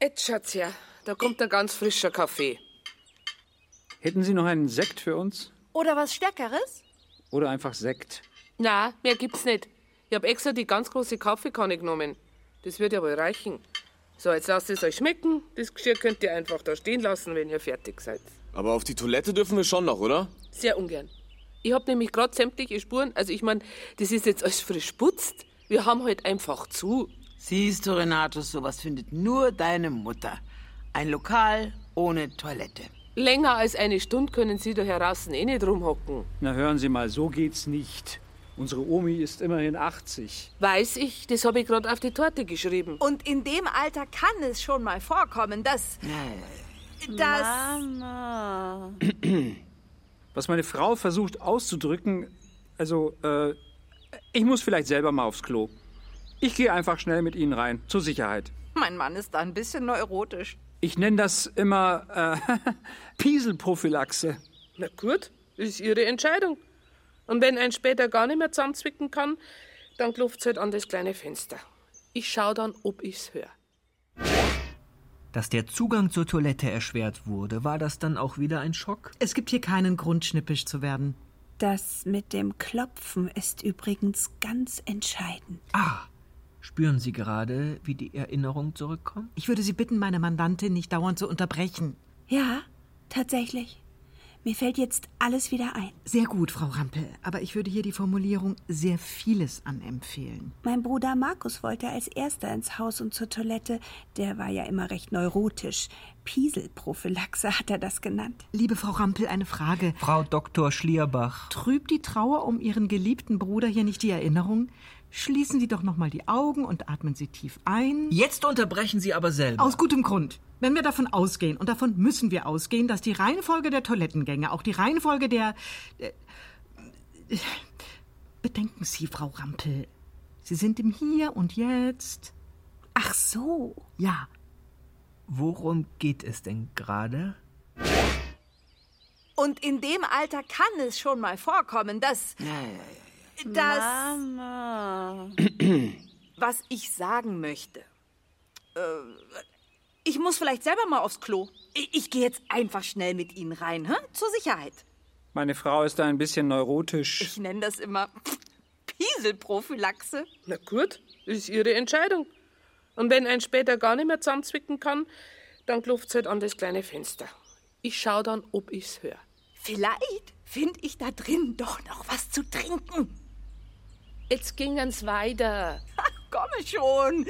Jetzt schaut's her, da kommt ein ganz frischer Kaffee.
Hätten Sie noch einen Sekt für uns?
Oder was Stärkeres?
Oder einfach Sekt?
Na, mehr gibt's nicht. Ich hab extra die ganz große Kaffeekanne genommen. Das wird ja wohl reichen. So, jetzt lasst es euch schmecken. Das Geschirr könnt ihr einfach da stehen lassen, wenn ihr fertig seid.
Aber auf die Toilette dürfen wir schon noch, oder?
Sehr ungern. Ich hab nämlich gerade sämtliche Spuren. Also ich mein, das ist jetzt alles frisch putzt. Wir haben halt einfach zu.
Siehst du, Renatus, sowas findet nur deine Mutter. Ein Lokal ohne Toilette.
Länger als eine Stunde können Sie da heraus eh nicht rumhocken.
Na hören Sie mal, so geht's nicht. Unsere Omi ist immerhin 80.
Weiß ich, das habe ich gerade auf die Torte geschrieben.
Und in dem Alter kann es schon mal vorkommen, dass. dass.
Mama.
Was meine Frau versucht auszudrücken, also, äh, ich muss vielleicht selber mal aufs Klo. Ich gehe einfach schnell mit Ihnen rein, zur Sicherheit.
Mein Mann ist da ein bisschen neurotisch.
Ich nenne das immer äh, Pieselprophylaxe.
Na gut, ist Ihre Entscheidung. Und wenn ein später gar nicht mehr zusammenzwicken kann, dann klopft's halt an das kleine Fenster. Ich schau dann, ob ich's höre.
Dass der Zugang zur Toilette erschwert wurde, war das dann auch wieder ein Schock?
Es gibt hier keinen Grund, schnippisch zu werden.
Das mit dem Klopfen ist übrigens ganz entscheidend.
Ah, spüren Sie gerade, wie die Erinnerung zurückkommt?
Ich würde Sie bitten, meine Mandantin nicht dauernd zu unterbrechen.
Ja, tatsächlich. Mir fällt jetzt alles wieder ein.
Sehr gut, Frau Rampel, aber ich würde hier die Formulierung sehr vieles anempfehlen.
Mein Bruder Markus wollte als erster ins Haus und zur Toilette. Der war ja immer recht neurotisch. Pieselprophylaxe hat er das genannt.
Liebe Frau Rampel, eine Frage.
Frau Dr. Schlierbach.
Trübt die Trauer um Ihren geliebten Bruder hier nicht die Erinnerung? Schließen Sie doch nochmal die Augen und atmen Sie tief ein.
Jetzt unterbrechen Sie aber selber.
Aus gutem Grund. Wenn wir davon ausgehen, und davon müssen wir ausgehen, dass die Reihenfolge der Toilettengänge, auch die Reihenfolge der. äh, äh, Bedenken Sie, Frau Rampel. Sie sind im Hier und Jetzt.
Ach so.
Ja.
Worum geht es denn gerade?
Und in dem Alter kann es schon mal vorkommen, dass. dass.
Mama.
Was ich sagen möchte. Äh, ich muss vielleicht selber mal aufs Klo. Ich, ich gehe jetzt einfach schnell mit Ihnen rein, hä? zur Sicherheit.
Meine Frau ist da ein bisschen neurotisch.
Ich nenne das immer Pieselprophylaxe.
Na gut, ist Ihre Entscheidung. Und wenn ein später gar nicht mehr zusammenzwicken kann, dann klopft's halt an das kleine Fenster. Ich schau dann, ob ich's höre.
Vielleicht finde ich da drin doch noch was zu trinken.
Jetzt gingen's weiter.
Komme schon.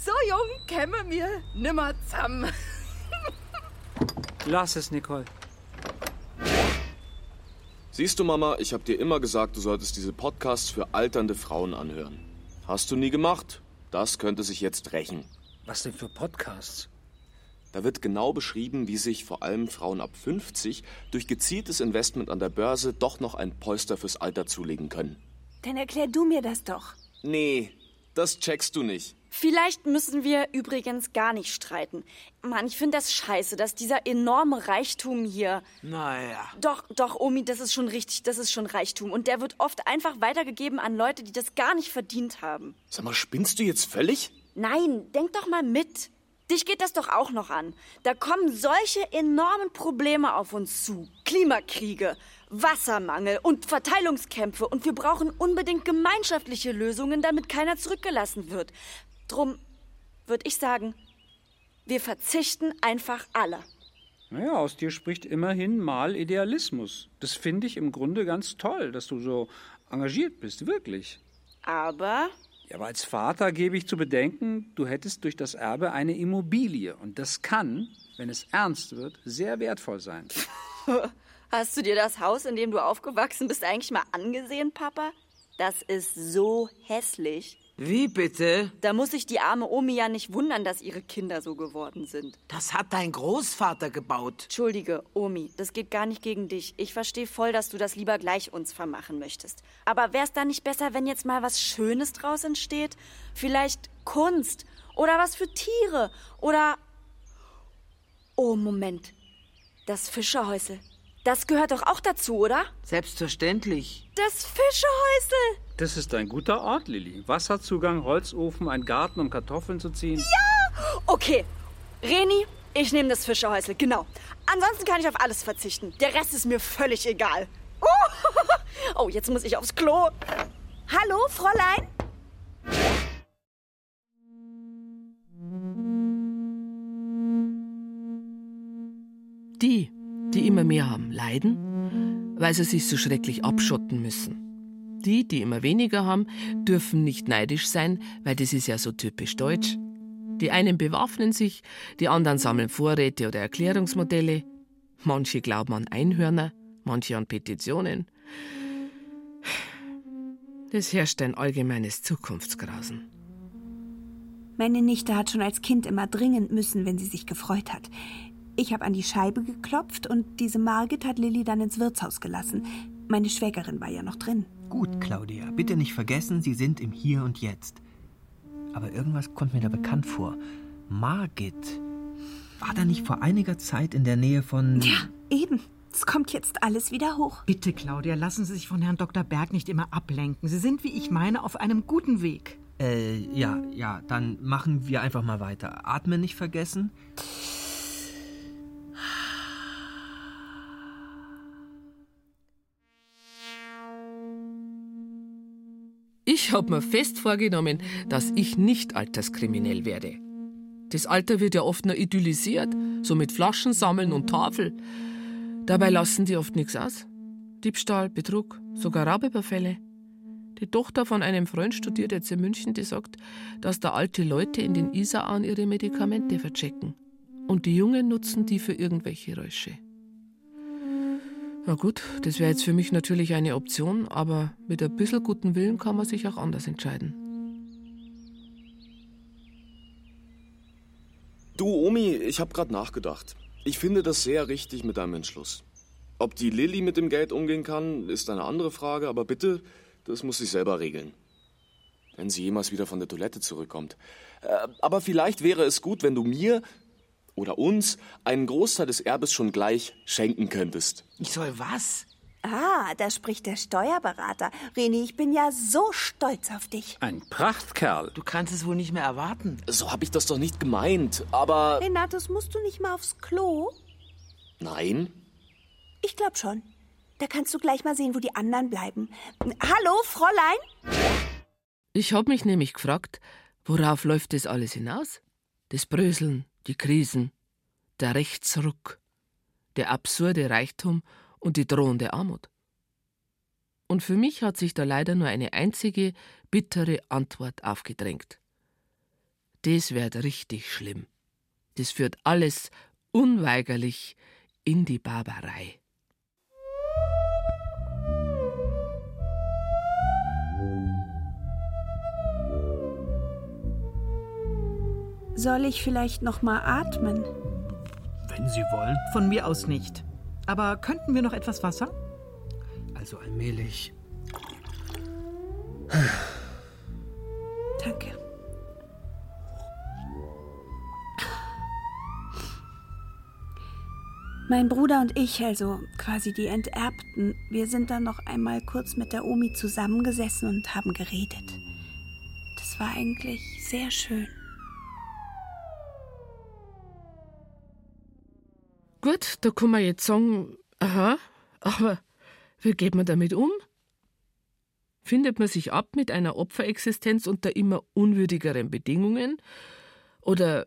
So jung käme mir nimmer zamm.
Lass es, Nicole.
Siehst du, Mama, ich habe dir immer gesagt, du solltest diese Podcasts für alternde Frauen anhören. Hast du nie gemacht? Das könnte sich jetzt rächen.
Was denn für Podcasts?
Da wird genau beschrieben, wie sich vor allem Frauen ab 50 durch gezieltes Investment an der Börse doch noch ein Polster fürs Alter zulegen können.
Dann erklär du mir das doch.
Nee, das checkst du nicht.
Vielleicht müssen wir übrigens gar nicht streiten. Mann, ich finde das scheiße, dass dieser enorme Reichtum hier.
Naja.
Doch, doch, Omi, das ist schon richtig, das ist schon Reichtum. Und der wird oft einfach weitergegeben an Leute, die das gar nicht verdient haben.
Sag mal, spinnst du jetzt völlig?
Nein, denk doch mal mit. Dich geht das doch auch noch an. Da kommen solche enormen Probleme auf uns zu. Klimakriege, Wassermangel und Verteilungskämpfe. Und wir brauchen unbedingt gemeinschaftliche Lösungen, damit keiner zurückgelassen wird. Drum würde ich sagen, wir verzichten einfach alle.
Naja, aus dir spricht immerhin mal Idealismus. Das finde ich im Grunde ganz toll, dass du so engagiert bist, wirklich.
Aber
Ja, aber als Vater gebe ich zu bedenken, du hättest durch das Erbe eine Immobilie. Und das kann, wenn es ernst wird, sehr wertvoll sein.
Hast du dir das Haus, in dem du aufgewachsen bist, eigentlich mal angesehen, Papa? Das ist so hässlich.
Wie bitte?
Da muss sich die arme Omi ja nicht wundern, dass ihre Kinder so geworden sind.
Das hat dein Großvater gebaut.
Entschuldige, Omi, das geht gar nicht gegen dich. Ich verstehe voll, dass du das lieber gleich uns vermachen möchtest. Aber wär's dann nicht besser, wenn jetzt mal was Schönes draus entsteht? Vielleicht Kunst oder was für Tiere oder... Oh, Moment. Das Fischerhäusel. Das gehört doch auch dazu, oder?
Selbstverständlich.
Das Fischerhäusel!
Das ist ein guter Ort, Lilly. Wasserzugang, Holzofen, ein Garten, um Kartoffeln zu ziehen.
Ja! Okay. Reni, ich nehme das Fischerhäusel, genau. Ansonsten kann ich auf alles verzichten. Der Rest ist mir völlig egal. Uh, oh, jetzt muss ich aufs Klo. Hallo, Fräulein?
Die, die immer mehr haben, leiden, weil sie sich so schrecklich abschotten müssen. Die, die immer weniger haben, dürfen nicht neidisch sein, weil das ist ja so typisch deutsch. Die einen bewaffnen sich, die anderen sammeln Vorräte oder Erklärungsmodelle. Manche glauben an Einhörner, manche an Petitionen. Es herrscht ein allgemeines Zukunftsgrasen.
Meine Nichte hat schon als Kind immer dringend müssen, wenn sie sich gefreut hat. Ich habe an die Scheibe geklopft und diese Margit hat Lilly dann ins Wirtshaus gelassen. Meine Schwägerin war ja noch drin.
Gut, Claudia, bitte nicht vergessen, Sie sind im Hier und Jetzt. Aber irgendwas kommt mir da bekannt vor. Margit. War da nicht vor einiger Zeit in der Nähe von.
Ja, eben. Es kommt jetzt alles wieder hoch.
Bitte, Claudia, lassen Sie sich von Herrn Dr. Berg nicht immer ablenken. Sie sind, wie ich meine, auf einem guten Weg.
Äh, ja, ja, dann machen wir einfach mal weiter. Atmen nicht vergessen.
Ich habe mir fest vorgenommen, dass ich nicht alterskriminell werde. Das Alter wird ja oft nur idyllisiert, so mit Flaschen sammeln und Tafel. Dabei lassen die oft nichts aus. Diebstahl, Betrug, sogar Raubüberfälle. Die Tochter von einem Freund studiert jetzt in München, die sagt, dass da alte Leute in den Isarauen ihre Medikamente verchecken. Und die Jungen nutzen die für irgendwelche Räusche. Na gut, das wäre jetzt für mich natürlich eine Option, aber mit ein bisschen guten Willen kann man sich auch anders entscheiden.
Du, Omi, ich habe gerade nachgedacht. Ich finde das sehr richtig mit deinem Entschluss. Ob die Lilly mit dem Geld umgehen kann, ist eine andere Frage, aber bitte, das muss sich selber regeln. Wenn sie jemals wieder von der Toilette zurückkommt. Äh, aber vielleicht wäre es gut, wenn du mir oder uns einen Großteil des Erbes schon gleich schenken könntest.
Ich soll was?
Ah, da spricht der Steuerberater. Reni, ich bin ja so stolz auf dich.
Ein Prachtkerl.
Du kannst es wohl nicht mehr erwarten.
So habe ich das doch nicht gemeint, aber.
Renatus, musst du nicht mal aufs Klo?
Nein?
Ich glaube schon. Da kannst du gleich mal sehen, wo die anderen bleiben. Hallo, Fräulein?
Ich habe mich nämlich gefragt, worauf läuft das alles hinaus? Das Bröseln, die Krisen, der Rechtsruck, der absurde Reichtum und die drohende Armut. Und für mich hat sich da leider nur eine einzige bittere Antwort aufgedrängt. Das wird richtig schlimm. Das führt alles unweigerlich in die Barbarei.
Soll ich vielleicht noch mal atmen?
Wenn Sie wollen.
Von mir aus nicht. Aber könnten wir noch etwas Wasser?
Also allmählich.
Danke. Mein Bruder und ich, also quasi die Enterbten, wir sind dann noch einmal kurz mit der Omi zusammengesessen und haben geredet. Das war eigentlich sehr schön.
Gut, da kann man jetzt sagen, aha, aber wie geht man damit um? Findet man sich ab mit einer Opferexistenz unter immer unwürdigeren Bedingungen? Oder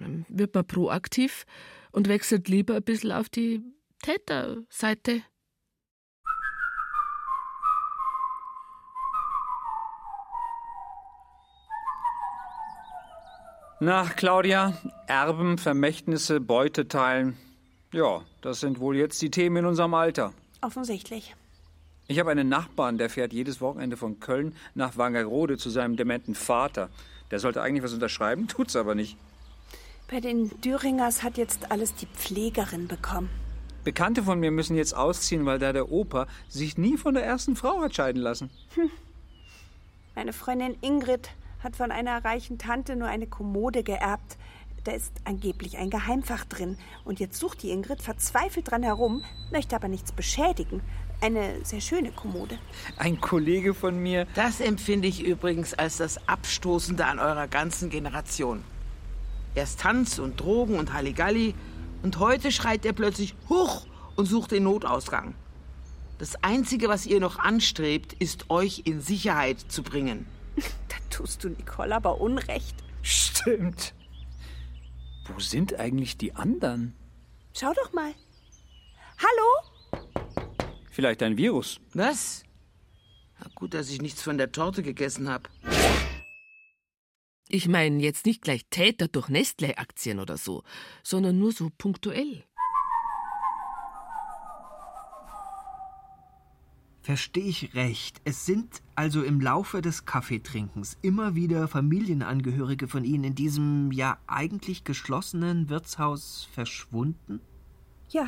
ähm, wird man proaktiv und wechselt lieber ein bisschen auf die Täterseite?
Na, Claudia, Erben, Vermächtnisse, Beute teilen. Ja, das sind wohl jetzt die Themen in unserem Alter.
Offensichtlich.
Ich habe einen Nachbarn, der fährt jedes Wochenende von Köln nach Wangerode zu seinem dementen Vater. Der sollte eigentlich was unterschreiben, tut's aber nicht.
Bei den Düringers hat jetzt alles die Pflegerin bekommen.
Bekannte von mir müssen jetzt ausziehen, weil da der Opa sich nie von der ersten Frau hat scheiden lassen.
Meine Freundin Ingrid hat von einer reichen Tante nur eine Kommode geerbt. Da ist angeblich ein Geheimfach drin. Und jetzt sucht die Ingrid verzweifelt dran herum, möchte aber nichts beschädigen. Eine sehr schöne Kommode.
Ein Kollege von mir.
Das empfinde ich übrigens als das Abstoßende an eurer ganzen Generation. Erst Tanz und Drogen und Halligalli. Und heute schreit er plötzlich hoch und sucht den Notausgang. Das Einzige, was ihr noch anstrebt, ist, euch in Sicherheit zu bringen.
Da tust du Nicole aber Unrecht.
Stimmt. Wo sind eigentlich die anderen?
Schau doch mal. Hallo?
Vielleicht ein Virus.
Was? Na gut, dass ich nichts von der Torte gegessen habe.
Ich meine jetzt nicht gleich Täter durch Nestlé-Aktien oder so, sondern nur so punktuell.
Verstehe ich recht. Es sind also im Laufe des Kaffeetrinkens immer wieder Familienangehörige von Ihnen in diesem ja eigentlich geschlossenen Wirtshaus verschwunden?
Ja,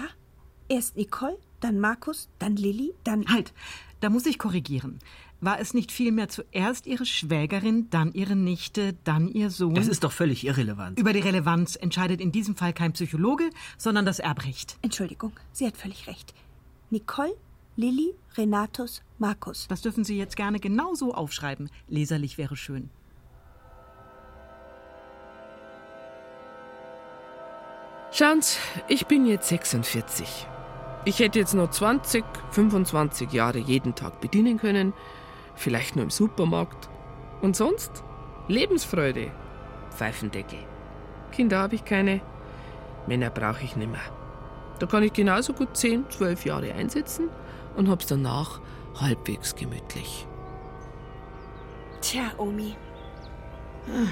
erst Nicole, dann Markus, dann Lilly, dann.
Halt, da muss ich korrigieren. War es nicht vielmehr zuerst ihre Schwägerin, dann ihre Nichte, dann ihr Sohn?
Das ist doch völlig irrelevant.
Über die Relevanz entscheidet in diesem Fall kein Psychologe, sondern das Erbrecht.
Entschuldigung, sie hat völlig recht. Nicole, Lilly, Renatus, Markus.
Das dürfen Sie jetzt gerne genauso aufschreiben. Leserlich wäre schön.
Schauen's, ich bin jetzt 46. Ich hätte jetzt noch 20, 25 Jahre jeden Tag bedienen können, vielleicht nur im Supermarkt. Und sonst? Lebensfreude. Pfeifendeckel. Kinder habe ich keine, Männer brauche ich nimmer. Da kann ich genauso gut 10, 12 Jahre einsetzen und hab's danach halbwegs gemütlich.
Tja, Omi. Hm.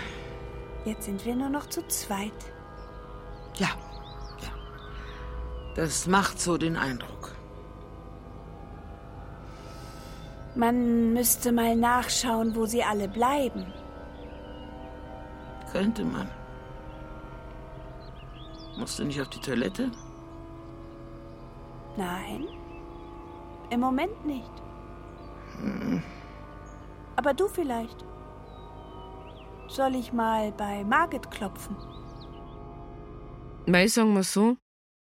Jetzt sind wir nur noch zu zweit.
Ja. ja. Das macht so den Eindruck.
Man müsste mal nachschauen, wo sie alle bleiben.
Könnte man. Musst du nicht auf die Toilette?
Nein. Im Moment nicht.
Hm.
Aber du vielleicht. Soll ich mal bei Margit klopfen?
Mei, sagen wir so,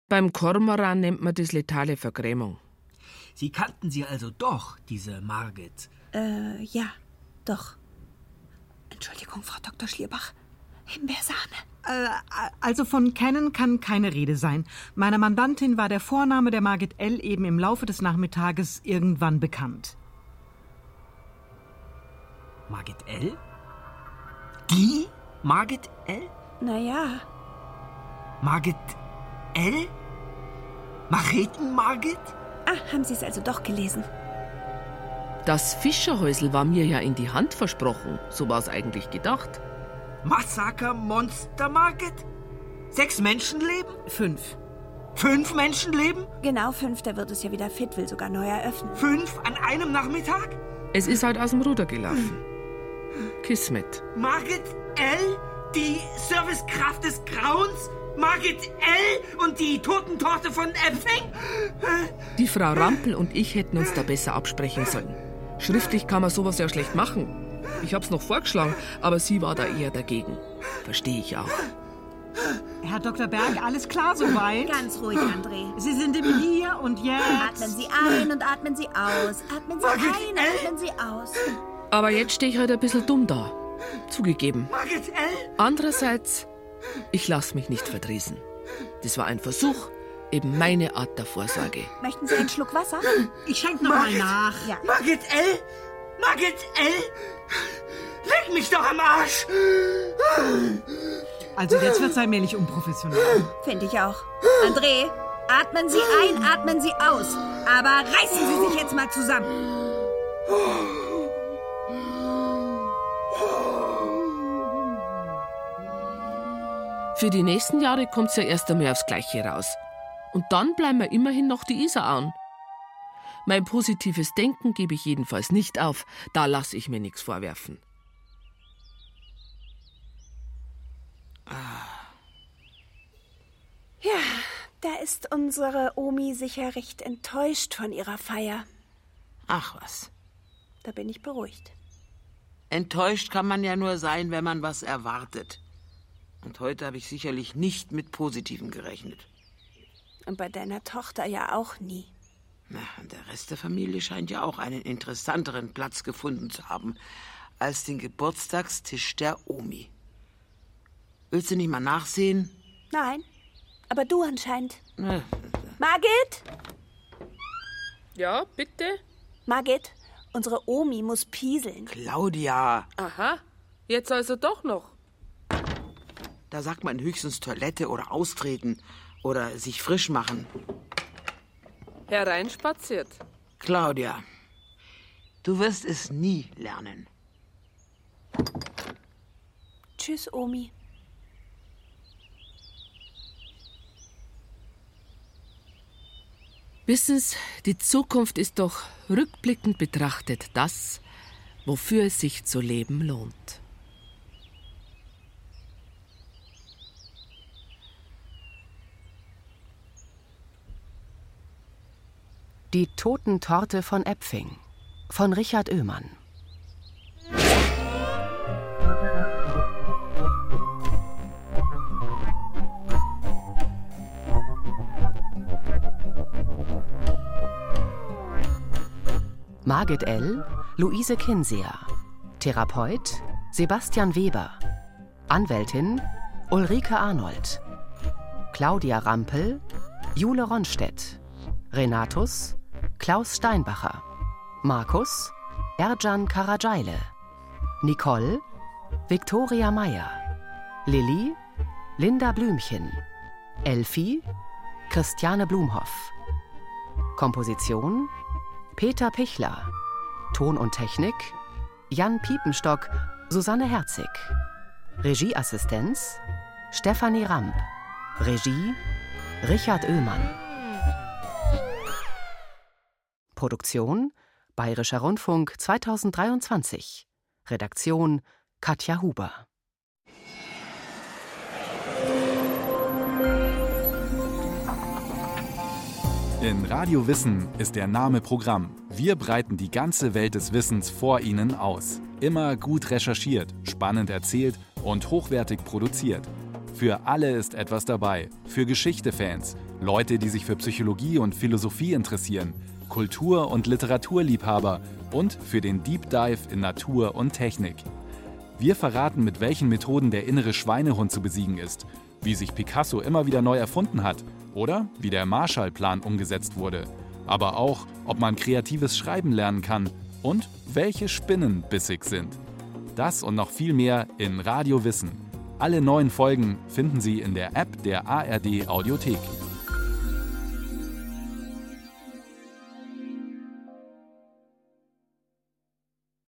beim Kormoran nennt man das letale Vergrämung.
Sie kannten sie also doch, diese Margit.
Äh, ja, doch. Entschuldigung, Frau Dr. Schlierbach. Himbeersahne.
Äh, also von kennen kann keine Rede sein. Meiner Mandantin war der Vorname der Margit L. eben im Laufe des Nachmittages irgendwann bekannt.
Margit L? Die Margit L?
Naja,
Margit L? Mareten Margit?
Ah, haben Sie es also doch gelesen?
Das Fischerhäusel war mir ja in die Hand versprochen. So war es eigentlich gedacht.
Massaker Monster Margit? Sechs Menschenleben?
Fünf.
Fünf Menschenleben?
Genau fünf, da wird es ja wieder fit, will sogar neu eröffnen.
Fünf an einem Nachmittag?
Es ist halt aus dem Ruder gelaufen. Kismet.
Margit L? Die Servicekraft des Grauens? Margit L. und die Totentorte von Empfing?
Die Frau Rampel und ich hätten uns da besser absprechen sollen. Schriftlich kann man sowas ja schlecht machen. Ich hab's noch vorgeschlagen, aber sie war da eher dagegen. Verstehe ich auch.
Herr Dr. Berg, alles klar soweit?
Ganz ruhig, André.
Sie sind im Hier und Jetzt.
Atmen Sie ein und atmen Sie aus. Atmen Sie ein, atmen Sie aus.
Aber jetzt stehe ich halt ein bisschen dumm da. Zugegeben.
Margit L.
Andererseits, ich lasse mich nicht verdrießen. Das war ein Versuch, eben meine Art der Vorsorge.
Möchten Sie einen Schluck Wasser?
Ich schenke nochmal nach.
Ja.
Margit L. Margit L. Leck mich doch am Arsch.
Also jetzt wird's allmählich unprofessionell.
Finde ich auch. André, atmen Sie ein, atmen Sie aus. Aber reißen Sie sich jetzt mal zusammen.
Für die nächsten Jahre kommt's ja erst einmal aufs Gleiche raus. Und dann bleiben wir immerhin noch die Isar an. Mein positives Denken gebe ich jedenfalls nicht auf. Da lasse ich mir nichts vorwerfen.
Ja, da ist unsere Omi sicher recht enttäuscht von ihrer Feier.
Ach was.
Da bin ich beruhigt.
Enttäuscht kann man ja nur sein, wenn man was erwartet. Und heute habe ich sicherlich nicht mit Positiven gerechnet.
Und bei deiner Tochter ja auch nie.
Na, und der Rest der Familie scheint ja auch einen interessanteren Platz gefunden zu haben als den Geburtstagstisch der Omi. Willst du nicht mal nachsehen?
Nein, aber du anscheinend.
Na,
Margit?
Ja, bitte?
Margit, unsere Omi muss pieseln.
Claudia,
Aha, jetzt also doch noch.
da sagt man höchstens Toilette oder austreten oder sich frisch machen.
Hereinspaziert.
Claudia, du wirst es nie lernen.
Tschüss, Omi.
Wissens, die Zukunft ist doch rückblickend betrachtet das, wofür es sich zu leben lohnt.
Die Totentorte von Epfing von Richard Oehmann. Margit L., Luise Kinseer, Therapeut Sebastian Weber, Anwältin Ulrike Arnold, Claudia Rampel, Jule Ronstedt, Renatus Klaus Steinbacher, Markus Erjan Karajaile, Nicole Viktoria Meyer, Lilly Linda Blümchen, Elfi Christiane Blumhoff, Komposition Peter Pichler. Ton und Technik Jan Piepenstock, Susanne Herzig. Regieassistenz Stefanie Ramp. Regie Richard Oehmann. Produktion Bayerischer Rundfunk 2023. Redaktion Katja Huber.
In Radio Wissen ist der Name Programm. Wir breiten die ganze Welt des Wissens vor Ihnen aus. Immer gut recherchiert, spannend erzählt und hochwertig produziert. Für alle ist etwas dabei. Für Geschichte-Fans, Leute, die sich für Psychologie und Philosophie interessieren, Kultur- und Literaturliebhaber und für den Deep Dive in Natur und Technik. Wir verraten, mit welchen Methoden der innere Schweinehund zu besiegen ist, wie sich Picasso immer wieder neu erfunden hat oder wie der Marshallplan umgesetzt wurde, aber auch, ob man kreatives Schreiben lernen kann und welche Spinnen bissig sind. Das und noch viel mehr in Radio Wissen. Alle neuen Folgen finden Sie in der App der ARD Audiothek.